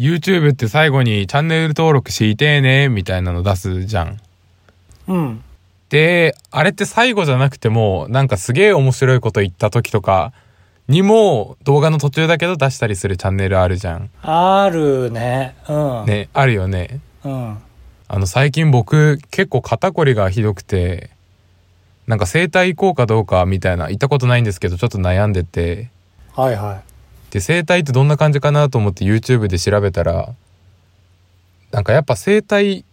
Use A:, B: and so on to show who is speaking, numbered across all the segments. A: YouTube って最後にチャンネル登録してね、みたいなの出すじゃん。
B: うん。
A: で、あれって最後じゃなくても、なんかすげえ面白いこと言った時とかにも、動画の途中だけど出したりするチャンネルあるじゃん。
B: あるね。うん。
A: ね、あるよね。
B: うん。
A: あの、最近僕、結構肩こりがひどくて、なんか整体行こうかどうかみたいな、行ったことないんですけど、ちょっと悩んでて、
B: はいは
A: で、整体ってどんな感じかなと思って YouTube で調べたら、なんかやっぱ整体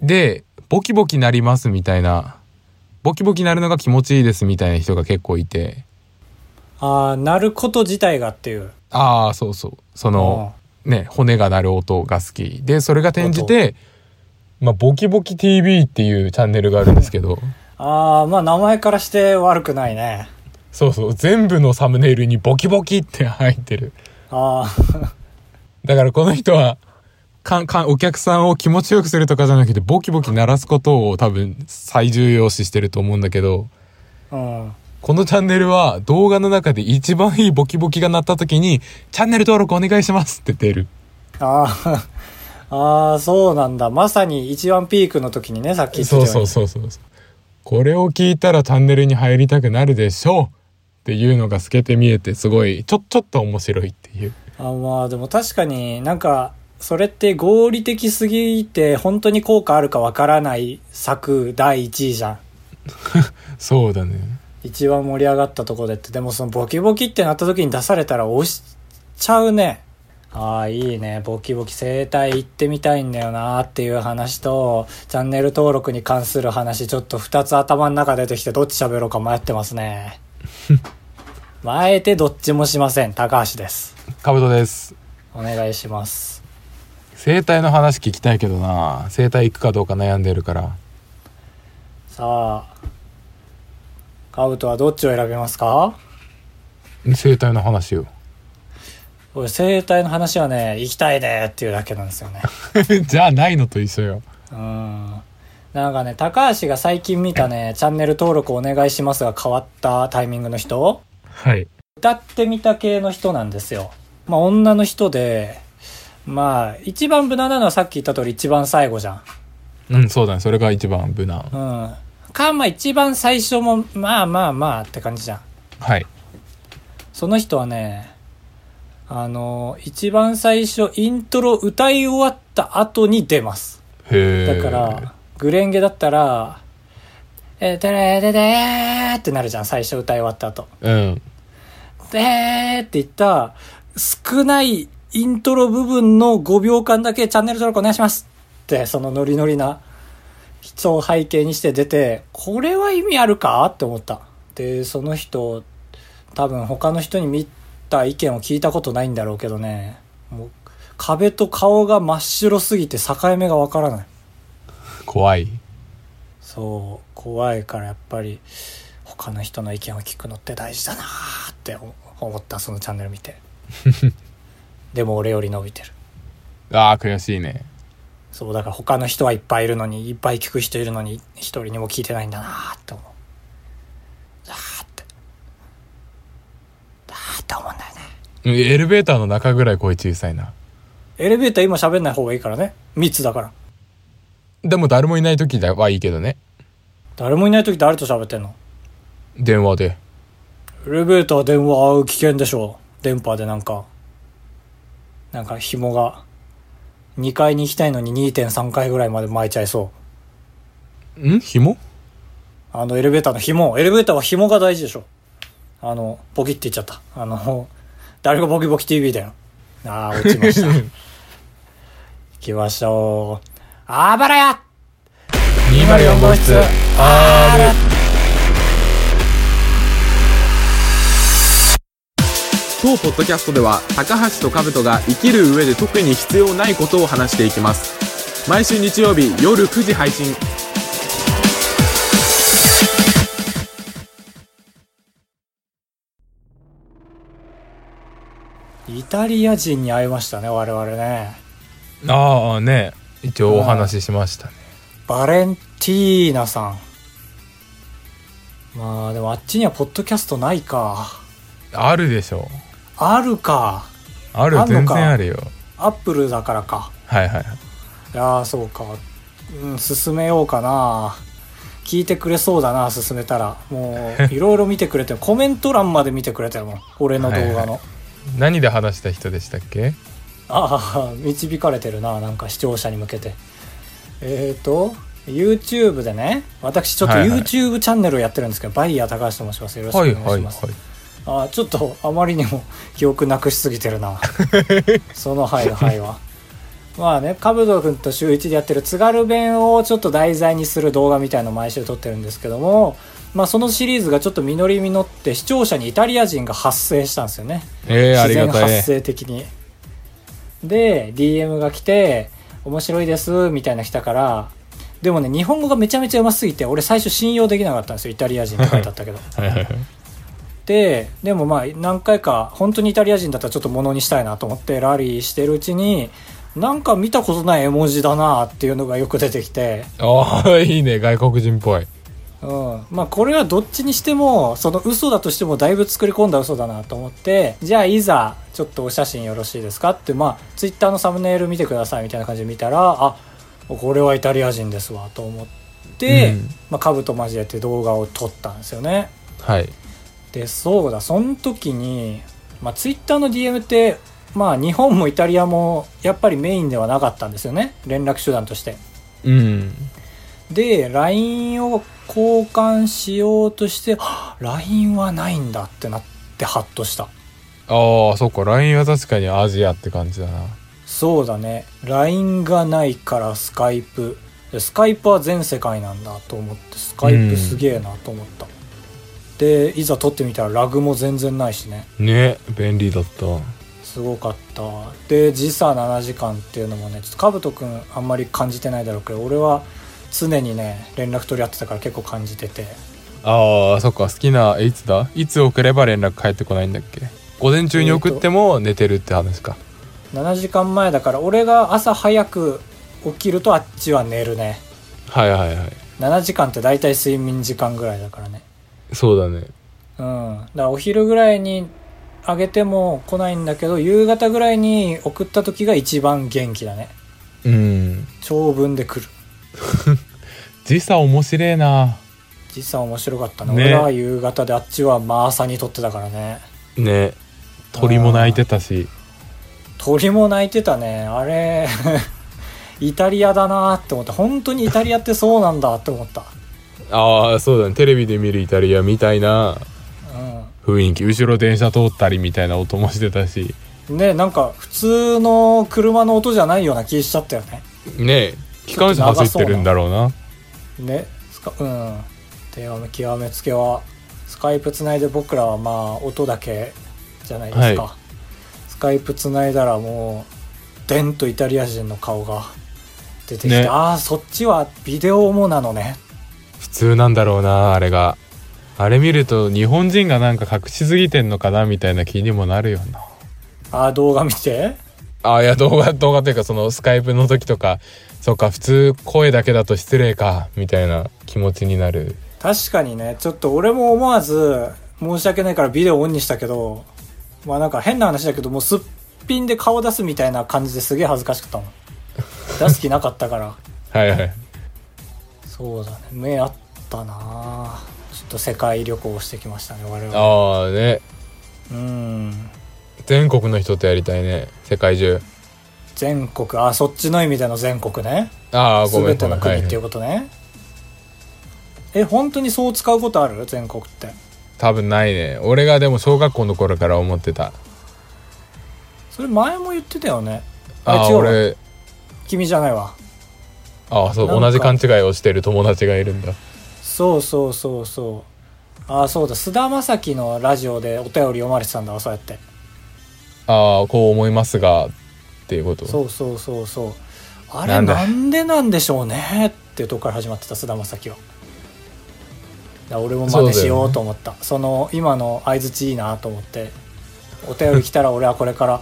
A: でボキボキなりますみたいな、ボキボキなるのが気持ちいいですみたいな人が結構いて、
B: い。ああ、なること自体がっていう。
A: ああ、そうそう。その、ね、骨が鳴る音が好き。で、それが転じて、まあ、ボキボキ TV っていうチャンネルがあるんですけど、
B: ああ、まあ名前からして悪くないね。
A: そうそう、全部のサムネイルにボキボキって入ってる。
B: あ
A: だからこの人は、かんかんお客さんを気持ちよくするとかじゃなくて、ボキボキ鳴らすことを多分最重要視してると思うんだけど、
B: あ、 うん。
A: このチャンネルは動画の中で一番いいボキボキが鳴った時に、チャンネル登録お願いしますって出る。
B: ああ、 ああ、そうなんだ。まさに一番ピークの時にね、さっき言って
A: そ
B: たよう
A: う
B: に。
A: そうそうそうそう。これを聞いたらチャンネルに入りたくなるでしょうっていうのが透けて見えて、すごい、ちょ、ちょっと面白いっていう。
B: あまあでも確かになんかそれって合理的すぎて本当に効果あるかわからない作第1位じゃん
A: そうだね。
B: 一番盛り上がったとこでってでもそのボキボキってなった時に出されたら押しちゃうねああいいねボキボキ生態行ってみたいんだよなっていう話とチャンネル登録に関する話ちょっと2つ頭の中出てきてどっち喋ろうか迷ってますねまああえてどっちもしません高橋です
A: かぶとです。
B: お願いします
A: 生体の話聞きたいけどな生体行くかどうか悩んでるから。
B: さあカブトはどっちを選びますか
A: 生体の話を
B: 俺生態の話はね行きたいねっていうだけなんですよね
A: じゃあないのと一緒よ
B: うんなんかね高橋が最近見たねチャンネル登録お願いしますが変わったタイミングの人
A: はい
B: 歌ってみた系の人なんですよまあ女の人でまあ一番無難なのはさっき言った通り一番最後じゃん
A: うんそうだねそれが一番無難
B: うんかまあ一番最初もまあまあまあって感じじゃん
A: はい
B: その人はね、あの、一番最初、イントロ歌い終わった後に出ます。
A: へえ
B: だから、グレンゲだったら、えー、てれーででーってなるじゃん、最初歌い終わった後。
A: うん
B: でーって言った、少ないイントロ部分の5秒間だけチャンネル登録お願いしますって、そのノリノリな人を背景にして出て、これは意味あるかって思った。で、その人、多分他の人に見た意見を聞いたことないんだろうけどね、もう壁と顔が真っ白すぎて境目がわからない。
A: 怖い
B: そう、怖いからやっぱり、他の人の意見を聞くのって大事だなーって思思った、そのチャンネル見て。でも俺より伸びてる。
A: あー悔しいね
B: そう、だから他の人はいっぱいいるのに、いっぱい聞く人いるのに、一人にも聞いてないんだなーって思う。だーって。だーって思うんだよね。
A: うんエレベーターの中ぐらい声小さいな
B: エレベーター今喋んない方がいいからね。密だから。
A: でも誰もいない時だはいいけどね
B: 誰もいない時誰と喋ってんの
A: 電話で
B: エレベーター電話危険でしょ電波でなんかなんか紐が2階に行きたいのに2.3階ぐらいまで巻いちゃいそうん
A: 紐
B: あのエレベーターの紐エレベーターは紐が大事でしょあのボキって言っちゃったあの 誰がボキボキ TV だよああ落ちました行きましょうあばらや
A: 204号室 R
C: 当ポッドキャストでは高橋と兜が生きる上で特に必要ないことを話していきます毎週日曜日夜9時配信
B: イタリア人に会いましたね我々ね
A: ああね一応お話ししましたね
B: バレンティーナさん。まあでもあっちにはポッドキャストないか。
A: あるでしょ
B: あるか。
A: ある
B: あんの
A: 全
B: か
A: 然あるよ
B: アップルだからか
A: はいはいはい
B: いやーそうかうん進めようかな聞いてくれそうだな進めたらも ういろいろ見てくれてるコメント欄まで見てくれてるもん俺の動画の、
A: はいはい何で話した人でしたっけ
B: ああ導かれてるななんか視聴者に向けてえっ、ー、と YouTube でね私ちょっと
A: はいはい
B: YouTube チャンネルをやってるんですけど、バイヤー高橋と申しますよろしくお
A: は
B: 願
A: い
B: いします、
A: はいはい
B: あちょっとあまりにも記憶なくしすぎてる なその「はいはい」はまあね兜く君と週1でやってる津軽弁をちょっと題材にする動画みたいのを毎週撮ってるんですけどもまあそのシリーズがちょっと実り実って視聴者にイタリア人が発生したんですよね
A: えー、あ
B: 自
A: り
B: 然
A: がたい
B: 発生的にで DM が来て「面白いです」みたいな来たからでもね日本語がめちゃめちゃうますぎて俺最初信用できなかったんですよイタリア人って書いてあったけど
A: はいはいはい
B: ででもまあ何回か本当にイタリア人だったらちょっと物にしたいなと思ってラリーしてるうちになんか見たことない絵文字だなっていうのがよく出てきて
A: ああいいね外国人っぽい
B: うん、まあこれはどっちにしてもその嘘だとしてもだいぶ作り込んだ嘘だなと思ってじゃあいざちょっとお写真よろしいですかってまあツイッターのサムネイル見てくださいみたいな感じで見たらあこれはイタリア人ですわと思って、
A: うん
B: まあ、株と交えて動画を撮ったんですよね
A: はい
B: でそうだその時に、まあ、ツイッターの DM ってまあ日本もイタリアもやっぱりメインではなかったんですよね連絡手段として
A: うん
B: で LINE を交換しようとしてはっ LINE はないんだってなってハッとした
A: ああそっか LINE は確かにアジアって感じだな
B: そうだね LINE がないからスカイプでスカイプは全世界なんだと思ってスカイプすげえなと思った、でいざ撮ってみたらラグも全然ないしね
A: ね便利だった
B: すごかったで時差7時間っていうのもねちょっとかぶとくんあんまり感じてないだろうけど俺は常にね連絡取り合ってたから結構感じてて
A: ああそっか好きないつだいつ送れば連絡返ってこないんだっけ午前中に送っても寝てるって話か、
B: 7時間前だから俺が朝早く起きるとあっちは寝るね
A: はいはいはい
B: 7時間って大体睡眠時間ぐらいだからね
A: そうだね
B: うんだからお昼ぐらいにあげても来ないんだけど夕方ぐらいに送った時が一番元気だね
A: うん
B: 長文で来る
A: 時差面白えな
B: 実際面白かったね
A: ね
B: 俺は夕方であっちは真朝に撮ってたからね
A: ね鳥も鳴いてたし
B: 鳥も鳴いてたねあれ イタリアだなって思った本当にイタリアってそうなんだって思った
A: ああそうだねテレビで見るイタリアみたいな
B: うん
A: 雰囲気後ろ電車通ったりみたいな音もしてたし
B: ねなんか普通の車の音じゃないような気しちゃったよね
A: ね機関車走ってるんだろうな
B: ねスカうんであの極めつけはスカイプつないで僕らはまあ音だけじゃないですか、
A: は
B: スカイプつないだらもうでんとイタリア人の顔が出てきて、
A: ね
B: ああそっちはビデオもなのね
A: 普通なんだろうなあれがあれ見ると日本人がなんか隠しすぎてんのかなみたいな気にもなるよな
B: ああ動画見て
A: あいや動画動画というかそのスカイプの時とかそうか普通声だけだと失礼かみたいな気持ちになる
B: 確かにねちょっと俺も思わず申し訳ないからビデオオンにしたけどまあなんか変な話だけどもうすっぴんで顔出すみたいな感じですげえ恥ずかしかっ たもん出す気なかったから
A: はいはい
B: そうだね目あったなあちょっと世界旅行をしてきましたね我々
A: ああね
B: うん
A: 全国の人とやりたいね世界中
B: 全国あそっちの意味での全国ね
A: ああごめ
B: 全
A: んご
B: て
A: め
B: の
A: ん、は
B: 国
A: い
B: っていうことね、え本当にそう使うことある全国って
A: 多分ないね俺がでも小学校の頃から思ってた
B: それ前も言ってたよね
A: あ
B: あ
A: あ
B: 違うわ
A: 俺
B: 君じゃないわ
A: ああそう
B: なんか
A: 同じ勘違いをしてる友達がいるんだ
B: そうそうそうそうあそうだ菅田将暉のラジオでお便り読まれてたんだわそうやって
A: ああこう思いますがっていうこと
B: そうそうそうそうあ
A: な
B: れ
A: んだ
B: なんでなんでしょうねっていうとこから始まってた菅田将暉はだから俺も真似しようと思ったそ,、の今の相づちいいなと思ってお便り来たら俺はこれから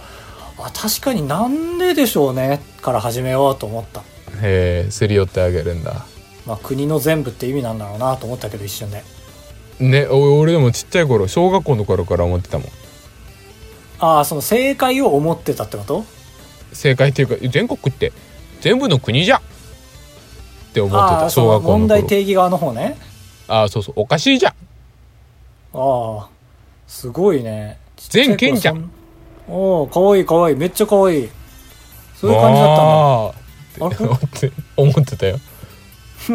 B: あ確かになんででしょうねから始めようと思った、
A: へえすり寄ってあげるんだ
B: まあ、国の全部って意味なんだろうなと思ったけど一瞬で
A: ねお俺でもちっちゃい頃小学校の頃から思ってたもん
B: ああその正解を思ってたってこと
A: 正解というか全国って全部の国じゃって思って
B: あ
A: た
B: あ、そ
A: 小
B: の
A: 学校
B: 問
A: の
B: 題
A: 頃
B: 定義側の方ね。
A: ああそうそうおかしいじゃん
B: ああ、すごいね。
A: 全賢者
B: ちっちい頃そん。おお、かわいいかわいい。めっちゃかわいい。そういう感じだったん
A: あーって思って 思ってたよ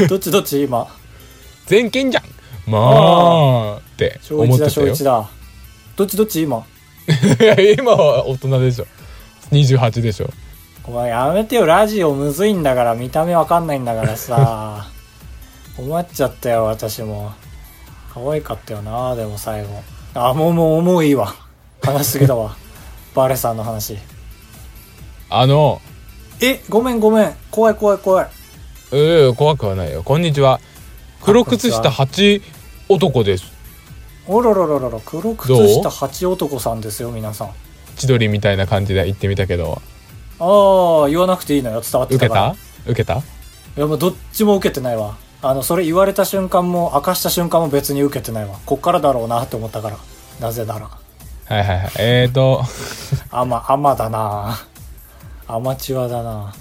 B: だ。どっちどっち今。
A: 全県じゃんまあって
B: 小
A: 思っ
B: 一だ、
A: てた
B: 小
A: よ
B: 一だ。どっちどっち今。
A: いや今は大人でしょ28でしょ
B: お前やめてよ。ラジオむずいんだから、見た目わかんないんだから さ。困っちゃったよ、私も。かわいかったよな、でも最後。あ、もうもう、もういいわ。話しすぎ だわ。バレさんの話。
A: あの
B: え、ごめんごめん。怖い怖い怖い。
A: うー怖くはないよこんにちは黒靴下8男です
B: おろろろろろ黒靴
A: ど
B: 下
A: う
B: 八男さんですよ皆さん
A: 千鳥みたいな感じで言ってみたけど
B: ああ言わなくていいのよ伝わって
A: 受
B: た
A: け
B: から
A: た受けた
B: いやもうどっちも受けてないわあのそれ言われた瞬間も明かした瞬間も別に受けてないわこっからだろうなって思ったからなぜなら
A: はいはいはいえーと
B: あまあまだなアマチュアだな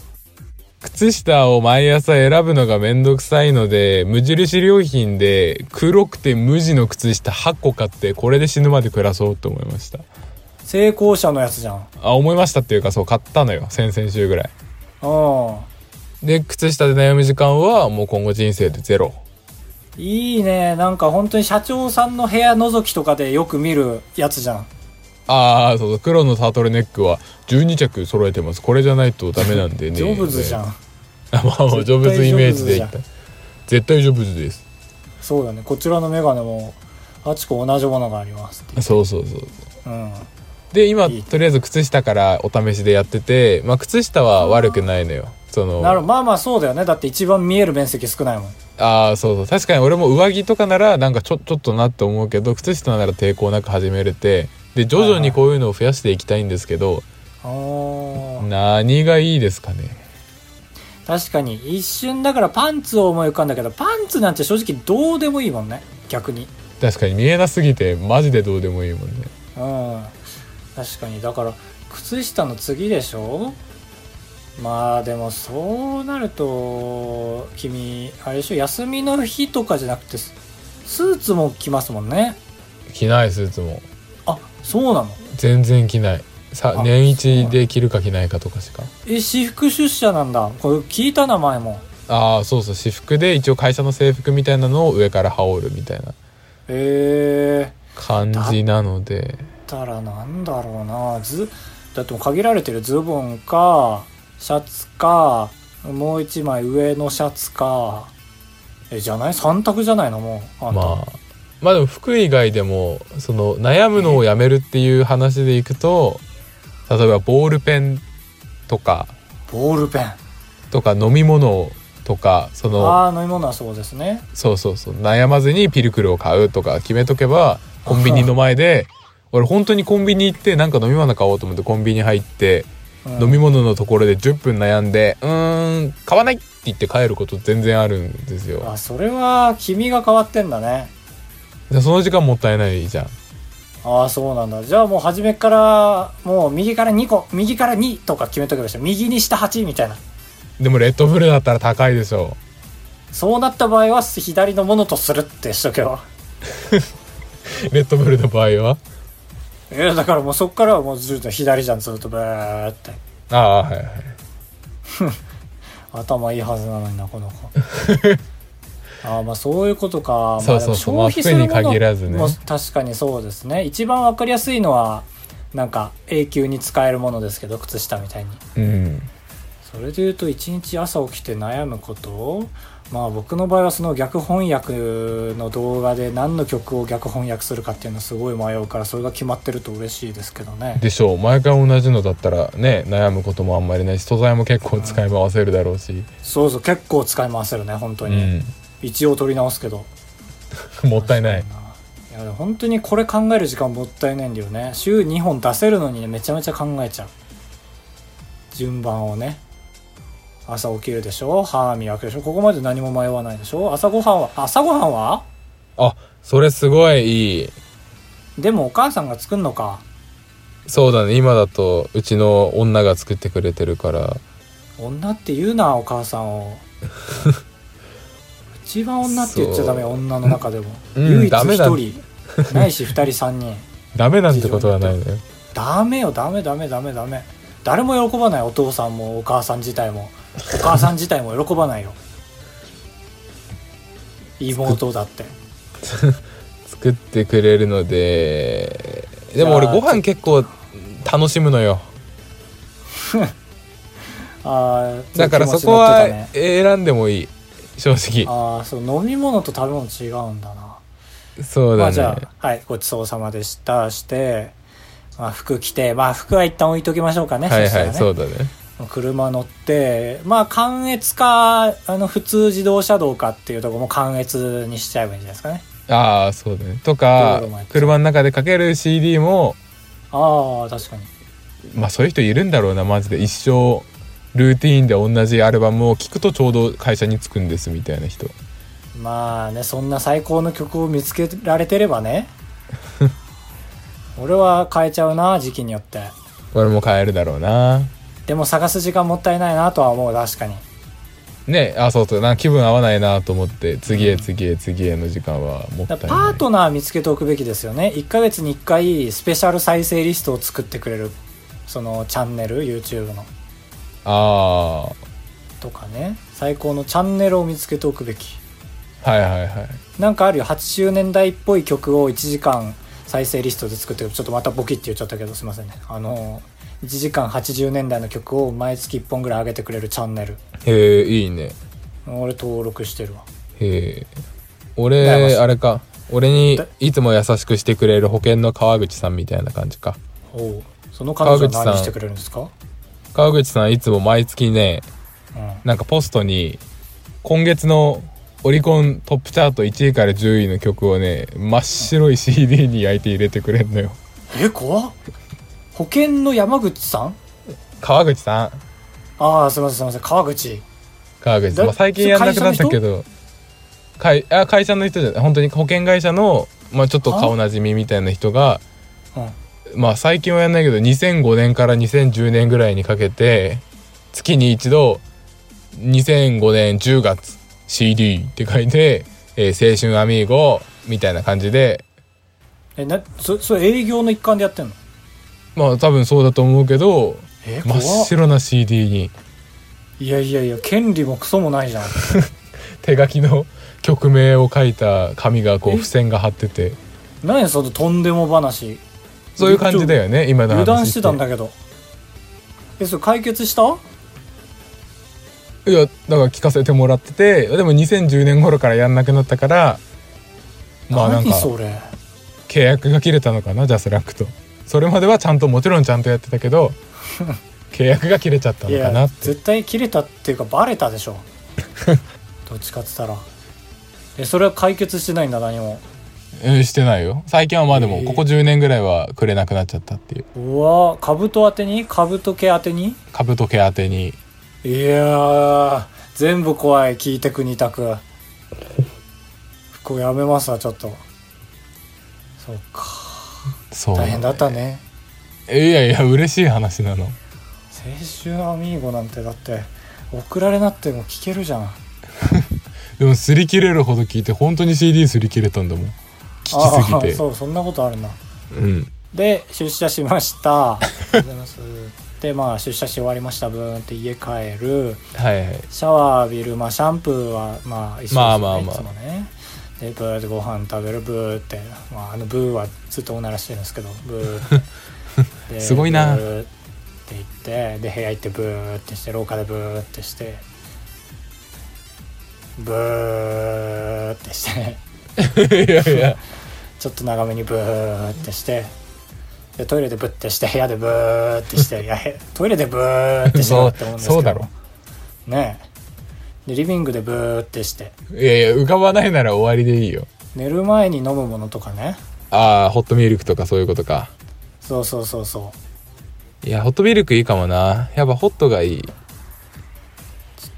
A: 靴下を毎朝選ぶのがめんどくさいので無印良品で黒くて無地の靴下8個買ってこれで死ぬまで暮らそうと思いました
B: 成功者のやつじゃんうん
A: あ思いましたっていうかそう買ったのよ先々週ぐらいで靴下で悩む時間はもう今後人生でゼロ
B: いいねなんか本当に社長さんの部屋覗きとかでよく見るやつじゃん
A: ああそうそう黒のタートルネックは12着揃えてますこれじゃないとダメなんでね
B: ジョブズじゃん
A: あまあまあジョブズイメージでいっ
B: 絶対ジョブ
A: た絶対ジョ
B: ズじ
A: ブズです
B: そうよねこちらのメガネもあちこ同じものがありますって
A: そうそうそう
B: うん
A: で今
B: いい
A: とりあえず靴下からお試しでやってて、まあ、靴下は悪くないのよその
B: なるまあまあそうだよねだって一番見える面積少ないもん
A: ああそうそう確かに俺も上着とかならなんかちょちょっとなって思うけど靴下なら抵抗なく始めれてで徐々にこういうのを増やしていきたいんですけど、
B: あー
A: 何がいいですかね
B: 確かに一瞬だからパンツを思い浮かんだけどパンツなんて正直どうでもいいもんね逆に
A: 確かに見えなすぎてマジでどうでもいいもんね
B: うん確かにだから靴下の次でしょまあでもそうなると君あれでしょ休みの日とかじゃなくてススーツも着ますもんね
A: 着ないスーツも
B: あそうなの
A: 全然着ないさ
B: あ
A: 年一で着るか着ないかとかしか
B: え私服出社なんだこれ聞いた名前も
A: ああそうそう私服で一応会社の制服みたいなのを上から羽織るみたいな
B: へえ
A: 感じなので
B: たらなんだろうなずだってもう限られてるズボンかシャツかもう一枚上のシャツかえじゃない三択じゃないのもうあんた、
A: まあまあでも服以外でもその悩むのをやめるっていう話でいくと例えばボールペンとか
B: ボールペン
A: とか飲み物とかその
B: ああ飲み物はそうですね
A: そうそうそう悩まずにピルクルを買うとか決めとけばコンビニの前 で俺本当にコンビニ行ってなんか飲み物買おうと思ってコンビニ入って
B: うん
A: 飲み物のところで10分悩んでうーん買わないって言って帰ること全然あるんですよ
B: あそれは君が変わってんだね
A: でその時間もったいないじゃん
B: ああそうなんだじゃあもう初めからもう右から2個右から2とか決めとけばいいでしょ右に下8みたいな
A: でもレッドブルだったら高いでしょ
B: そうなった場合は左のものとするってしとけば
A: レッドブルの場合は
B: えーだからもうそっからはもうずっと左じゃんずっとブーって
A: ああはいはい
B: 頭いいはずなのになこ の子ああまあそういうことか
A: そうそうそう
B: まあでも消費するもの
A: まあ服に限らずね
B: も確かにそうですね一番わかりやすいのはなんか永久に使えるものですけど靴下みたいに
A: うん
B: それで言うと一日朝起きて悩むことまあ僕の場合はその逆翻訳の動画で何の曲を逆翻訳するかっていうのすごい迷うからそれが決まってると嬉しいですけどね
A: でしょう毎回同じのだったらね悩むこともあんまりないし素材も結構使い回せるだろうし、
B: そうそう結構使い回せるね本当に、一応取り直すけど
A: うん、 もったいない
B: いや本当にこれ考える時間もったいないんだよね週2本出せるのにめちゃめちゃ考えちゃう順番をね朝起きるでしょ歯磨くでしょここまで何も迷わないでしょ朝ごはんは朝ごはんは
A: あそれすごいいい
B: でもお母さんが作んのか
A: そうだね今だとうちの女が作ってくれてるから
B: 女って言うなお母さん を一番女って言っちゃダメ
A: そう
B: 女の中でも、
A: うん
B: 唯一
A: ダメだ
B: 一人ないし二人三人
A: ダメなんてことはないのよ
B: ダメよダメダメダメダメ誰も喜ばないお父さんもお母さん自体もお母さん自体も喜 ばないよ妹だって
A: 作ってくれるのででも俺
B: いやー
A: ご飯結構楽しむのよ
B: あー
A: だからそこ
B: そう
A: は
B: いう気持ちになって
A: 選んでもいい正直
B: たねああそう飲み物と食べ物違うんだな
A: そう
B: ま
A: だ
B: あじゃ
A: ね
B: あ、はい、ごちそうさまでした、して、まあ、服着て、まあ、服は一旦置いときましょうかね、
A: はい
B: そした
A: は
B: ら
A: い
B: ね
A: そうだね
B: 車乗って、まあ、関越か、あの、普通自動車道かっていうところも関越にしちゃえばいいんじゃないですかね。
A: ああそうだねとか
B: 道路もやっちゃう
A: 車の中でかける CD も
B: ああ、確かに。
A: まあそういう人いるんだろうなマジで一生ルーティーンで同じアルバムを聴くとちょうど会社に着くんですみたいな人
B: まあね、そんな最高の曲を見つけられてればね。 俺は変えちゃうな、時期によって。
A: 俺も買えるだろうな
B: でも探す時間もったいないなとは思う、確かに。
A: ねあそうそうなんか気分合わないなと思って次へ次へ次への時間はもったいな
B: だか
A: い
B: らパートナー見つけておくべきですよね1ヶ月に1回スペシャル再生リストを作ってくれるそのチャンネル YouTube の
A: あ
B: とかね最高のチャンネルを見つけておくべき
A: あはいはいはい
B: なんかあるよ80年代っぽい曲を1時間再生リストで作ってちょっとまたボキって言っちゃったけどすいませんねあの1時間80年代の曲を毎月1本ぐらい上げてくれるチャンネル
A: へえいいね
B: 俺登録してるわ
A: へえ
B: 羨ま
A: 俺
B: しい
A: あれか俺に
B: だ
A: いつも優しくしてくれる保険の川口さんみたいな感じか
B: おうその彼女
A: 川
B: は
A: 口さん
B: 何してくれるんですか
A: 川口さんいつも毎月ねなんかポストに今月のオリコントップチャート1位から10位の曲をね真っ白い CD に焼いて入れてくれんのよ
B: うん、え怖っ保険の山口さん
A: 川口さん
B: ああすみませんすみません川口
A: 川口さ
B: だ
A: ん、まあ、最近やんなくなったけど会あ会社の人じゃない本当に保険会社の、まあ、ちょっと顔なじみみたいな人が
B: うん
A: まあ最近はやんないけど2005年から2010年ぐらいにかけて月に一度2005年10月 CD って書いて「えー青春アミーゴ」みたいな感じで
B: えなそそれ営業の一環でやってんの
A: まあ多分そうだと思うけど
B: え
A: 真
B: 怖
A: っ
B: っ
A: 白な CD に
B: いやいやいや権利もクソもないじゃん
A: 手書きの曲名を書いた紙がこう付箋が貼ってて
B: 何そのとんでも話
A: そういう感じだよね今の話
B: 油断してたんだけどえそれ解決した
A: いやだから聞かせてもらっててでも2010年頃からやんなくなったからまあなん
B: 何
A: か
B: それ
A: 契約が切れたのかなジャスラックとそれまではちゃんともちろんちゃんとやってたけ ど契約が切れちゃった
B: い
A: のかな
B: や
A: って
B: 絶対切れたっていうかバレたでしょ どっちかっつったらえそれは解決してないんだ何も
A: うんしてないよ最近はまあで
B: え
A: も
B: ー
A: ここ10年ぐらいはくれなくなっちゃったっていう
B: うわ兜当てに兜系当てに
A: 株と毛当てに
B: いやー全部怖い聞いてく二択服やめますわちょっとそうか
A: そう
B: 大変だったね
A: いやいや嬉しい話なの
B: 青春アミーゴなんてだって送られなっても聞けるじゃん
A: でも擦り切れるほど聞いて本当に CD 擦り切れたんだもん聞きすぎ
B: あ
A: て
B: ーそうそんなことあるな
A: うん
B: で出社しました ありがとうございますでまあ出社し終わりましたブーンって家帰る
A: はいはい
B: シャワー浴びる、まあ、シャンプーはまあ一緒ですよね、
A: まあまあまあ
B: いつもねでブーってご飯食べるブーって、まあ、あのブーはずっとおならしてるんですけどブーって です
A: ごいな
B: ブーって言ってで部屋行ってブーってして廊下でブーってしてブーってして
A: いやいや
B: ちょっと長めにブーってしてでトイレでブってして部屋でブーってしていやへトイレでブーってしろって思うんですけ
A: そうそ
B: ど
A: うだろ
B: ねえでリビングでブーってして
A: いやいや浮かばないなら終わりでいいよ
B: 寝る前に飲むものとかね
A: ああホットミルクとかそういうことか
B: そうそうそうそう
A: いやホットミルクいいかもなやっぱホットがいい
B: ちょっ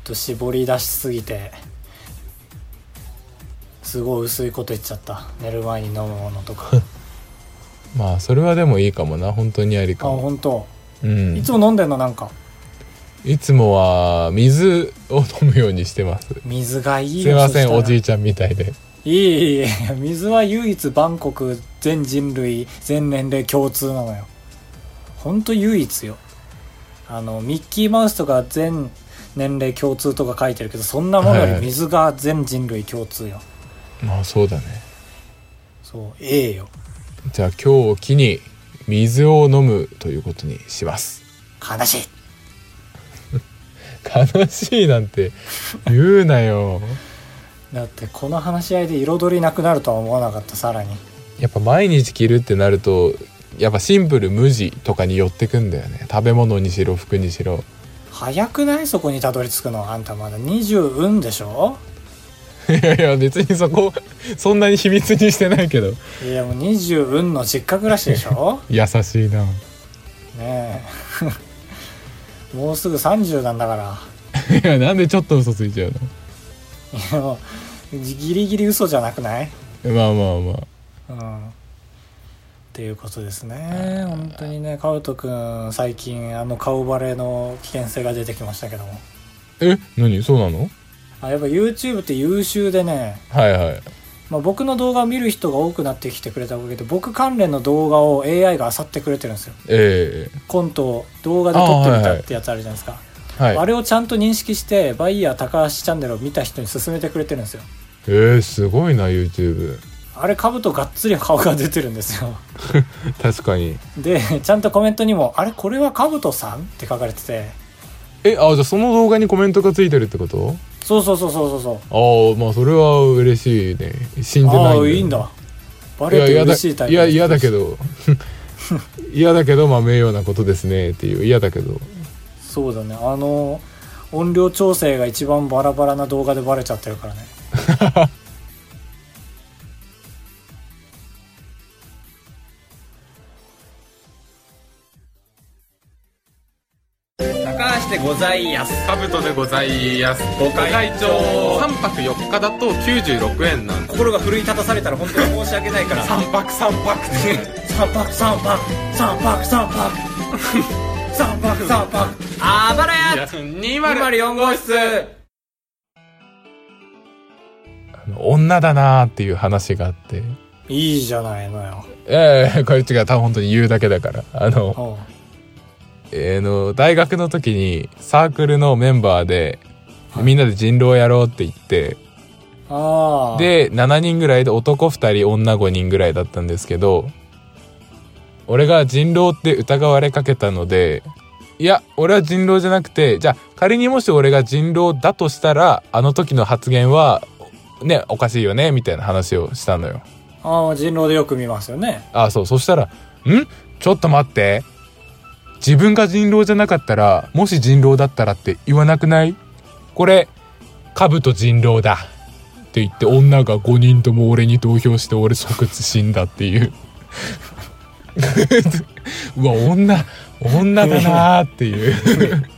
B: と絞り出しすぎて すごい薄いこと言っちゃった寝る前に飲むものとか
A: まあそれはでもいいかもな本当にあり
B: あ
A: かも、
B: 本当。
A: うん、
B: いつも飲んでんのなんか
A: いつもは水を飲むようにしてます
B: 水がいいよ
A: すいませ
B: そし
A: ん
B: たら
A: おじいちゃんみたいで
B: いえいえいえ水は唯一バンコク全人類全年齢共通なのよほんと唯一よあのミッキーマウスとか全年齢共通とか書いてるけどそんなものより水が全人類共通よ、
A: まあそうだね
B: そうええよ
A: じゃあ今日を機に水を飲むということにします
B: 悲しい
A: 悲しいなんて言うなよ
B: だってこの話し合いで彩りなくなるとは思わなかったさらに
A: やっぱ毎日着るってなるとやっぱシンプル無地とかに寄ってくんだよね食べ物にしろ服にしろ
B: 早くないそこにたどり着くのあんたまだ20運でしょ
A: いやいや別にそこそんなに秘密にしてないけど
B: いやもう20運の実家暮らしでしょ
A: 優しいな
B: ねえ もうすぐ30なんだから
A: いやなんでちょっと嘘ついちゃう
B: いやもうギリギリ嘘じゃなくない
A: のまあまあまあ
B: うんっていうことですね本当にねカウト君最近あの顔バレの危険性が出てきましたけども
A: え何そうなの
B: あやっぱ YouTube って優秀でね、
A: はいはい
B: まあ、僕の動画を見る人が多くなってきてくれたおかげで僕関連の動画を AI が漁ってくれてるんですよ
A: え
B: コントを動画で撮ってみたってやつあるじゃないですか
A: えはい
B: あれをちゃんと認識してバイヤー高橋チャンネルを見た人に勧めてくれてるんですよ
A: えー、すごいな YouTube
B: あれ株とがっつり顔が出てるんですよ
A: 確かに
B: でちゃんとコメントにも「あれこれはカブトさん?」って書かれてて
A: えあじゃあその動画にコメントがついてるってこと
B: そうそうそうそうそうそう
A: ああまあそれは嬉しいね死んでない
B: ああいいんだバ
A: い
B: レ
A: や
B: て
A: 嫌だ
B: 嬉しいタイプ
A: いや嫌だけ ど嫌だけどまあ名誉なことですねっていう嫌だけど
B: そうだねあの音量調整が一番バラバラな動画でバレちゃってるからね
C: 高橋でございやす。かぶとでございやす。ご会長。3泊4日だと96円なんで
B: 心が奮い立たされたら本当に申し訳ないから
C: 3泊3泊で。
B: 三泊三泊三泊三泊 三泊三泊
C: あばらや !204 号室
A: あの女だなーっていう話があって
B: いいじゃないのよ
A: ええこれ違う多分本当に言うだけだからあの
B: うん
A: えーの大学の時にサークルのメンバーで、みんなで人狼やろうって言って
B: ああ
A: で7人ぐらいで男2人女5人ぐらいだったんですけど俺が人狼って疑われかけたのでいや俺は人狼じゃなくてじゃあ仮にもし俺が人狼だとしたらあの時の発言はねおかしいよねみたいな話をしたのよ。
B: ああ人狼でよく見ますよね
A: あそうそしたら「んちょっと待って自分が人狼じゃなかったらもし人狼だったらって言わなくないこれカブと人狼だ」って言って女が5人とも俺に投票して俺即死んだっていう うわ女女だなーっていう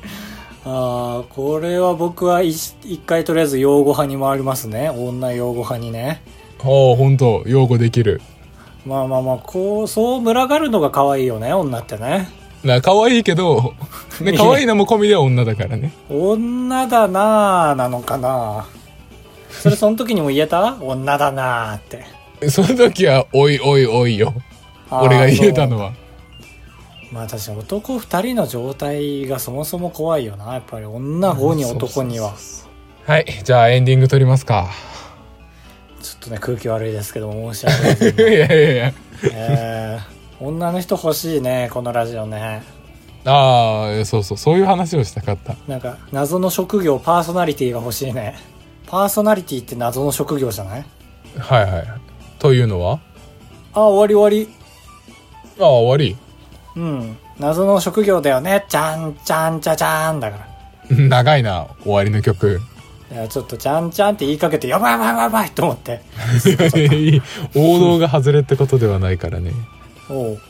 B: ああこれは僕は一一回とりあえず擁護派に回りますね女擁護派にね
A: ああ本当擁護できる
B: まあまあまあこうそう群がるのが可愛いよね女ってね
A: な可愛いけど、ね、可愛いのも込みでは女だからね
B: 女だなあなのかなそれその時にも言えた女だなあって
A: その時は「おいおいおいよ」
B: あー
A: 俺が言えたのは。
B: そうまあ確かに男2人の状態がそもそも怖いよなやっぱり女5に男には
A: はいじゃあエンディング撮ります か
B: ちょっとね空気悪いですけども申し訳ないです
A: いやいやいや
B: えー女の人欲しいねこのラジオね
A: ああそうそうそういう話をしたかった
B: なんか謎の職業パーソナリティが欲しいねパーソナリティって謎の職業じゃない
A: はいはいというのは
B: あ終わり終
A: あ
B: わ
A: あ終わ
B: りうん謎の職業だよねじゃんじゃんじゃじゃーんだから
A: り長いな終わりの 曲
B: いやちょっとじゃんじゃんって言いかけてやばいやばいやばいと思って
A: いやいい王道が外れってことではないからね
B: おう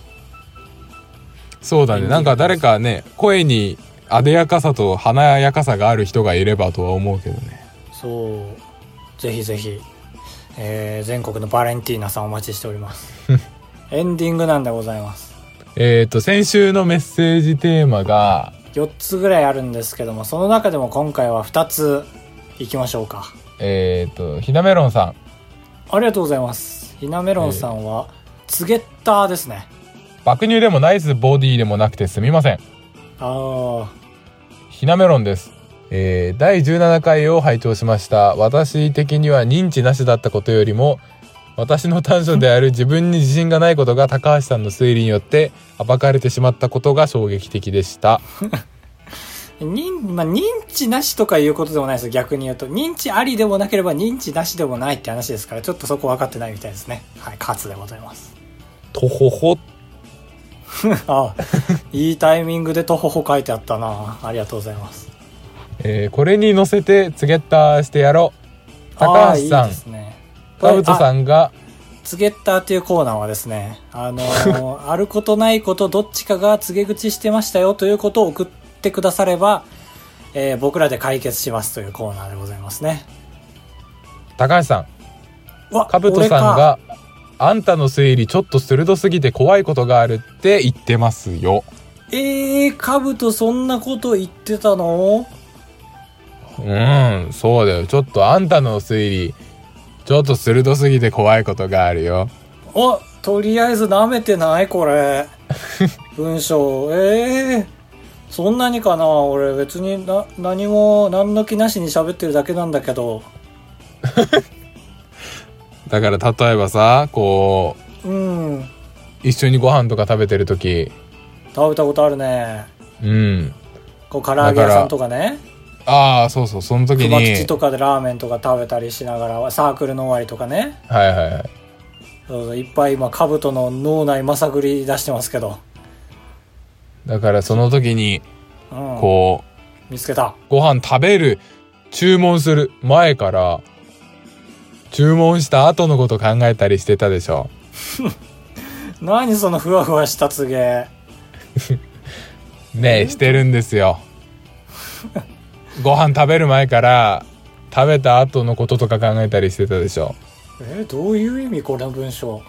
A: そうだねなんか誰かね声にあでやかさと華やかさがある人がいればとは思うけどね
B: そうぜひぜひ、えー全国のバレンティーナさんお待ちしておりますエンディングなんでございます。
A: えっ、と、先週のメッセージテーマが、
B: 4つぐらいあるんですけども、その中でも今回は2つ行きましょうか。
A: えっ、と、ひだメロンさん。
B: ありがとうございます。ひなメロンさんは、ツゲッターですね。
A: 爆乳でもナイスボディでもなくてすみません。
B: あー、
A: ひなメロンです。えー第17回を拝聴しました。私的には認知なしだったことよりも、私の短所である自分に自信がないことが高橋さんの推理によって暴かれてしまったことが衝撃的でした。
B: 認、まあ、認知なしとかいうことでもないです。逆に言うと。認知ありでもなければ認知なしでもないって話ですから、ちょっとそこ分かってないみたいですね。はい、カツでござい ます。
A: とほほ。
B: あいいタイミングでとほほ書いてあったな。ありがとうございます。
A: えーこれに乗せてツゲッターしてやろう。
B: あ
A: 高
B: ー
A: 橋さ
B: いい
A: ん
B: で、すね。
A: カブト
B: あ
A: さんが、
B: 告げったというコーナーはですね、あ のーあることないことどっちかが告げ口してましたよということを送ってくだされば、えー僕らで解決しますというコーナーでございますね。
A: 高橋さん、
B: うわ、
A: カブトさんが、あんたの推理ちょっと鋭すぎて怖いことがあるって言ってますよ。
B: 俺か。えー、カブトそんなこと言ってたの
A: うん、そうだよ。ちょっとあんたの推理、ちょっと鋭すぎて怖いことがあるよ。
B: あ、とりあえず舐めてないこ れ。文章。えー、そんなにかな俺別にな、何も、何の気なしに喋ってるだけなんだけど。
A: だから例えばさ、こう、
B: うん。
A: 一緒にご飯とか食べてるとき、
B: 食べたことあるね。
A: うん。
B: こう唐揚げ屋さんとかね
A: ああ、そうそう、その時に。
B: 熊
A: はい
B: 吉とかでラーメンとか食べたりしながらサークルの終わりとかね
A: はいはい。
B: そうそういっぱい今兜の脳内まさぐり出してますけど、
A: だからその時に、
B: うん、
A: こう、
B: 見つけた
A: ご飯食べる、注文する前から、注文した後のこと考えたりしてたでしょ。
B: 何そのふわふわしたつげ
A: ねえしてるんですよご飯食べる前から食べた後のこととか考えたりしてたでしょ
B: えーどういう意味この文章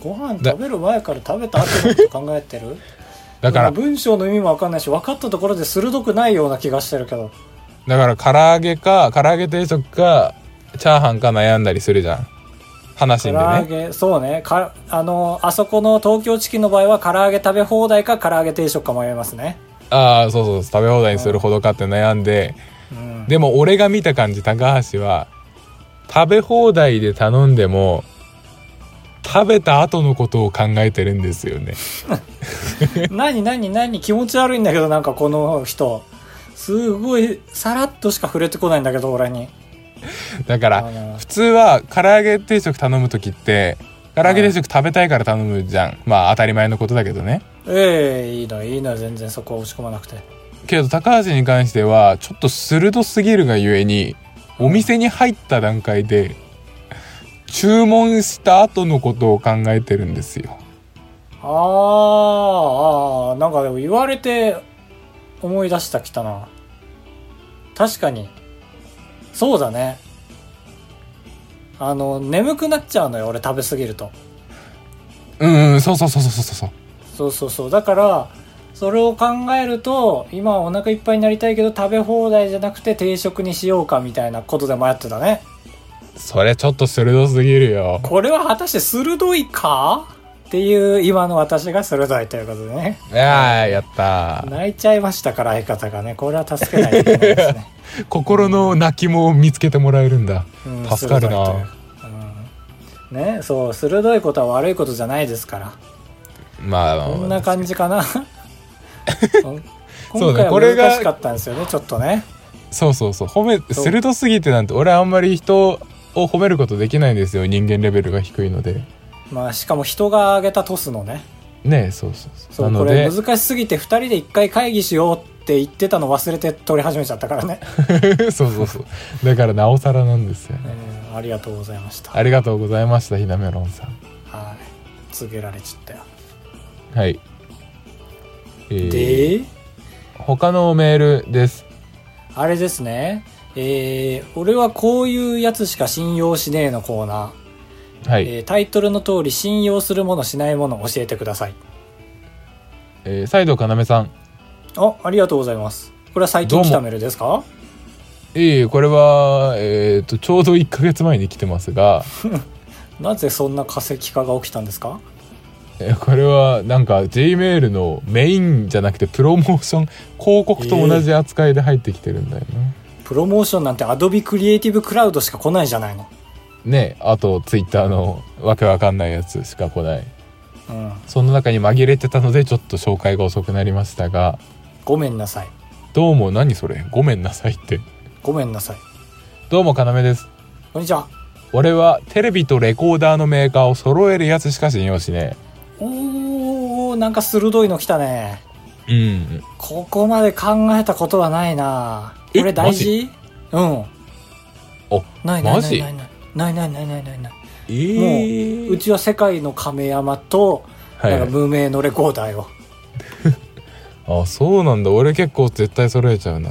B: ご飯
A: だ
B: 食べる前から食べた後のこと考えてる
A: だから
B: でも文章の意味も分かんないし分かったところで鋭くないような気がしてるけど
A: だから唐揚げか唐揚げ定食かチャーハンか悩んだりするじゃん話
B: 唐
A: んで
B: 揚
A: ね
B: げそうねかあのあそこの東京チキンの場合は唐揚げ食べ放題か唐揚げ定食か迷いますね
A: ああそうそう食べ放題にするほどかって悩んで
B: うん
A: でも俺が見た感じ高橋は食べ放題で頼んでも食べた後のことを考えてるんですよね
B: 何何何気持ち悪いんだけどなんかこの人すごいさらっとしか触れてこないんだけど俺に
A: だか
B: あの
A: ら普通は唐揚げ定食頼む時って唐揚げ定食食べたいから頼むじゃんまあ当たり前のことだけどね
B: ええいいのいいの全然そこは落ち込まなくて
A: けど高橋に関してはちょっと鋭すぎるがゆえにお店に入った段階で注文した後のことを考えてるんですよ
B: あーあーなんかでも言われて思い出したきたな確かにそうだねあの眠くなっちゃうのよ俺食べ過ぎると
A: うんうんそうそうそうそうそうそう
B: そうそうそうだからそれを考えると今はお腹いっぱいになりたいけど食べ放題じゃなくて定食にしようかみたいなことで迷ってたね
A: それちょっと鋭すぎるよ
B: これは果たして鋭いかっていう今の私が鋭いということでね
A: いやーやったー
B: 泣いちゃいましたから相方がねこれは助けないといけないです ね、
A: 心の泣きも見つけてもらえるんだ
B: うん
A: 助かる
B: 鋭いという
A: な
B: うんねそう鋭いことは悪いことじゃないですから
A: まあまあ
B: こん
A: ま
B: な
A: あ
B: 感じかな うん
A: そう
B: 今
A: ね
B: 回
A: こ
B: は
A: れが
B: 難しかったんですよねちょっとね
A: そうそうそう褒め
B: そう
A: 鋭すぎてなんて俺あんまり人を褒めることできないんですよ人間レベルが低いので
B: まあしかも人が挙げたトスのね
A: ねえそうそうそう
B: そう
A: な
B: こ
A: ので
B: れ難しすぎて2人で1回会議しようって言ってたの忘れて取り始めちゃったか らね、
A: そうそうそうだからなおさらなんですよね
B: うんありがとうございました
A: ありがとうございましたひなメロンさん
B: はい告げられちゃったよ、
A: はい、えー
B: で
A: 他のメールです
B: あれですねえー、俺はこういうやつしか信用しねえのコーナー
A: はい。
B: えータイトルの通り信用するものしないもの教えてください
A: えー、サイド要さん。
B: あありがとうございますこれは最近来たメールですか
A: ええこれは、えっ、と、ちょうど1ヶ月前に来てますが、
B: なぜそんな化石化が起きたんですか
A: えーこれはなんか Gmail のメインじゃなくてプロモーション、広告と同じ扱いで入ってきてるんだよな。
B: プロモーションなんて Adobe Creative Cloud しか来ないじゃないの
A: ねあと Twitter のわけわかんないやつしか来ない。
B: うん
A: その中に紛れてたのでちょっと紹介が遅くなりましたが、
B: ごめんなさい
A: どうも何それごめんなさいって。
B: ごめんなさい
A: どうも要です。
B: こんにちは
A: 俺はテレビとレコーダーのメーカーを揃えるやつしか信用しね
B: おーなんか鋭いの来たね
A: え。うん。
B: ここまで考えたことはないな
A: え
B: これ大事うん
A: お、
B: ないない
A: マ
B: ない
A: ジ
B: ないないないないないないない
A: え
B: もううちは世界の亀山と
A: は
B: なんか
A: い。
B: 無名のレコーダーよ、
A: あ、そうなんだ。俺結構絶対揃えちゃうな。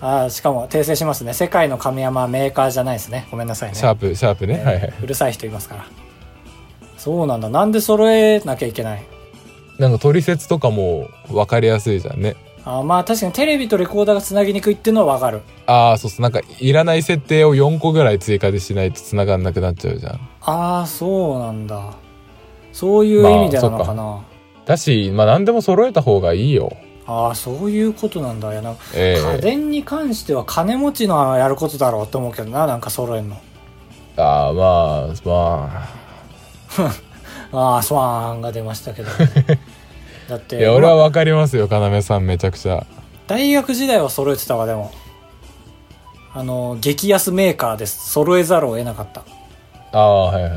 B: あーしかも訂正しますね世界の亀山はメーカーじゃないですねごめんなさいね
A: シャープ、シャープね。はいはい。
B: うるさい人いますからそうなんだなんで揃えなきゃいけない
A: なんか取説とかも分かりやすいじゃんね。
B: あーまあ確かにテレビとレコーダーがつなぎにくいっていうのはわかる
A: ああ、そうそう。なんかいらない設定を4個ぐらい追加でしないと繋がんなくなっちゃうじゃん。
B: ああそうなんだそういう意味でなのかな、
A: だし、まあ何でも揃えた方がいいよ。
B: ああそういうことなんだいやなんか
A: ええ
B: 家電に関しては金持ちのやることだろうと思うけどななんか揃えんの
A: ああ、まあ、ま
B: ああスワーンが出ました けどだっ
A: あ。
B: て
A: いや、俺は分かりますよ、要さんめちゃくちゃ。
B: 大学時代は揃えてたわでもあの激安メーカーです揃えざるを得なかった
A: ああ、はいはい。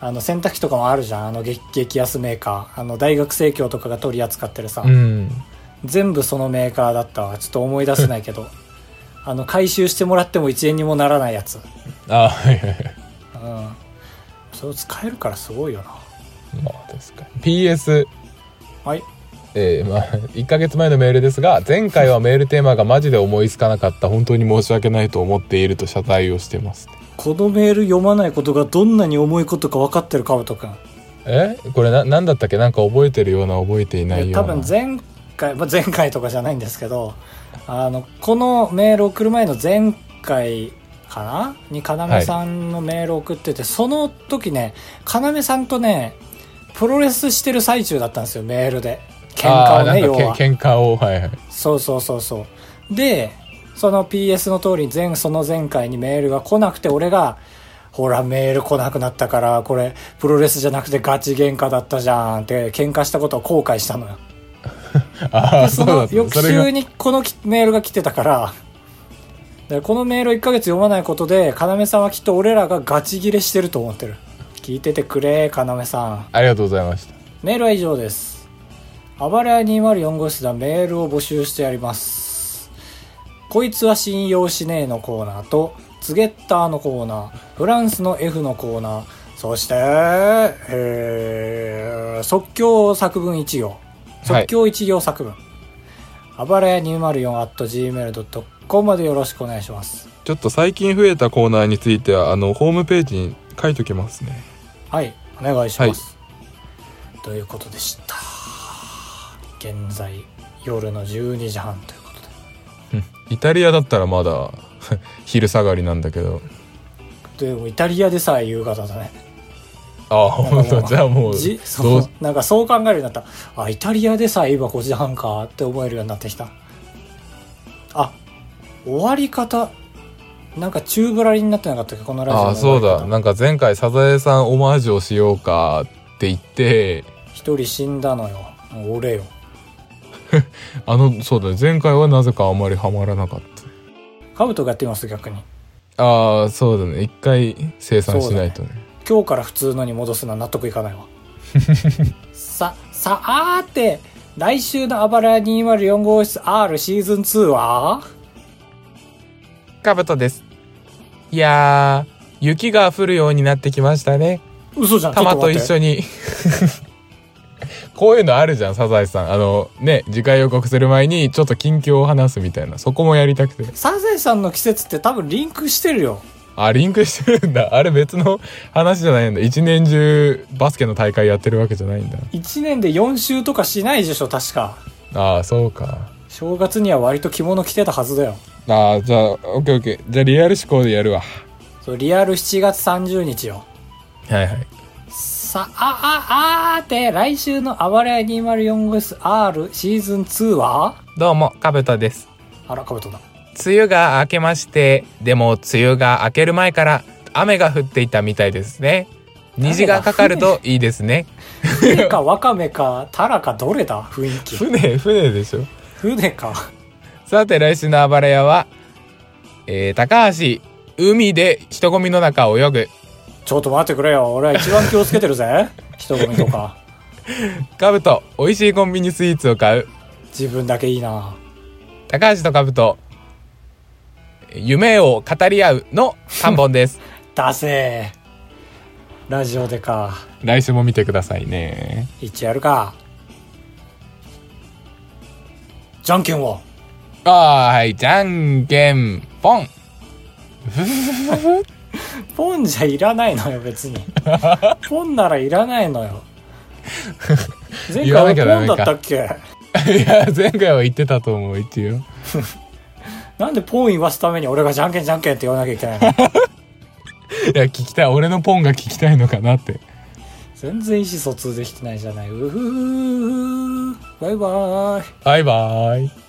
B: あの洗濯機とかもあるじゃんあの激激安メーカーあの大学生協とかが取り扱ってるさ、
A: うん。
B: 全部そのメーカーだったわちょっと思い出せない けどあの回収してもらっても1円にもならないやつ
A: ああ、はいはいはい。
B: うんそれを使えるからすごいよな
A: まあ確かに PS、
B: はい
A: えーまあ、1ヶ月前のメールですが前回はメールテーマがマジで思いつかなかった本当に申し訳ないと思っていると謝罪をしてます
B: このメール読まないことがどんなに重いことか分かってるかぶとくん
A: えこれな何だったっけなんか覚えてるような覚えていないような
B: 多分前回、まあ、前回とかじゃないんですけどあのこのメール送る前の前回かなに要さんのメール送ってて、その時ね要さんとねプロレスしてる最中だったんですよメールで喧嘩
A: あ
B: を
A: ー
B: ね
A: な
B: 要
A: んか
B: は
A: けん喧嘩をはいはい
B: そうそうそうそうでその PS の通り前その前回にメールが来なくて俺がほらメール来なくなったからこれプロレスじゃなくてガチ喧嘩だったじゃんって喧嘩したことを後悔したのよ
A: あ
B: で
A: あそ
B: そう
A: だ
B: の
A: った
B: 翌
A: それが
B: 週にこのきメールが来てたから、だからこのメールを1ヶ月読まないことで、要さんはきっと俺らがガチギレしてると思ってる。聞いててくれ、要さん。
A: ありがとうございました
B: メールは以上です。暴れ屋204号室ではメールを募集してやります。こいつは信用しねえのコーナーと、ツゲッターのコーナー、フランスの F のコーナー、そして、えー即興作文一行。即興一行作文。あばらや 204-gmail.com までよろしくお願いします。
A: ちょっと最近増えたコーナーについてはあのホームページに書いときますね
B: はい、お願いします。ということでした。現在、夜の12時半ということ
A: う
B: で。
A: んイタリアだったらまだ 昼下がりなんだけど
B: でもイタリアでさえ夕方だね
A: ああ本当じゃあもう
B: じ
A: ど
B: そううなんかそう考えるようになったあイタリアでさえ今5時半かって思えるようになってきたあ終わり方なんか中ぶらりになってなかったっけこのラジオ
A: あ
B: の
A: あ
B: 終わ
A: そう
B: り方
A: だなんか前回サザエさんオマージュをしようかって言って
B: 一人死んだのよもう俺よ
A: あのそうだね前回はなぜかあまりハマらなかっ
B: カブトがやってみます逆に
A: たああそうだね一回生産しないとね
B: 今日から普通のに戻すのは納得いかないわ ささあーて来週の「あばらや204号室 R シーズン2は?」
A: かぶとですいやー雪が降るようになってきましたね
B: 嘘じゃん
A: 玉と一
B: に
A: 緒に こういうのあるじゃんサザエさんあのね次回予告する前にちょっと近況を話すみたいなそこもやりたくて
B: サザエさんの季節って多分リンクしてるよ
A: あ、リンクしてるんだ。あれ別の話じゃないんだ。一年中バスケの大会やってるわけじゃないんだ。
B: 1年で4週とかしないでしょ、確か。
A: ああ、そうか。
B: 正月には割と着物着てたはずだよ。
A: ああ、じゃあ、オッケーオッケー。じゃあリアル思考でやるわ。
B: そう、リアル7月30日よ。
A: はいはい。
B: さあ、あ、あーて、来週の暴れ屋 204SR シーズン2は
A: どうも、かぶとです。
B: あら、かぶとだ。
A: 梅雨が明けましてでも梅雨が明ける前から雨が降っていたみたいですね虹がかかるといいですね
B: 船かワカメかタラかどれだ雰囲気。
A: 船船でしょ
B: 船か。
A: さて来週の暴れ屋は、えー、高橋海で人混みの中泳ぐ
B: ちょっと待ってくれよ。俺は一番気をつけてる ぜ。人混みとか。
A: カブト美味しいコンビニスイーツを買う
B: 自分だけいいな。
A: 高橋とカブト夢を語り合うの3本 です
B: だせえ。ラジオでか。
A: 来週も見てくださいね
B: 一やるか。じゃんけんを。
A: あーはいじゃんけんぽ ん
B: ポンじゃいらないのよ、別 に。ポンならいらないのよ。前
A: 言わな
B: 回
A: きゃ
B: は
A: ダメ
B: ポン
A: か
B: だったっけ
A: いや前回は言ってたと思う一応
B: なんでポン言わすために俺がじゃんけんじゃんけんって言わなきゃいけないの
A: いや聞きたい俺のポンが聞きたいのかなって
B: 全然意思疎通できてないじゃない。うふふふバイバイ。
A: バイバーイ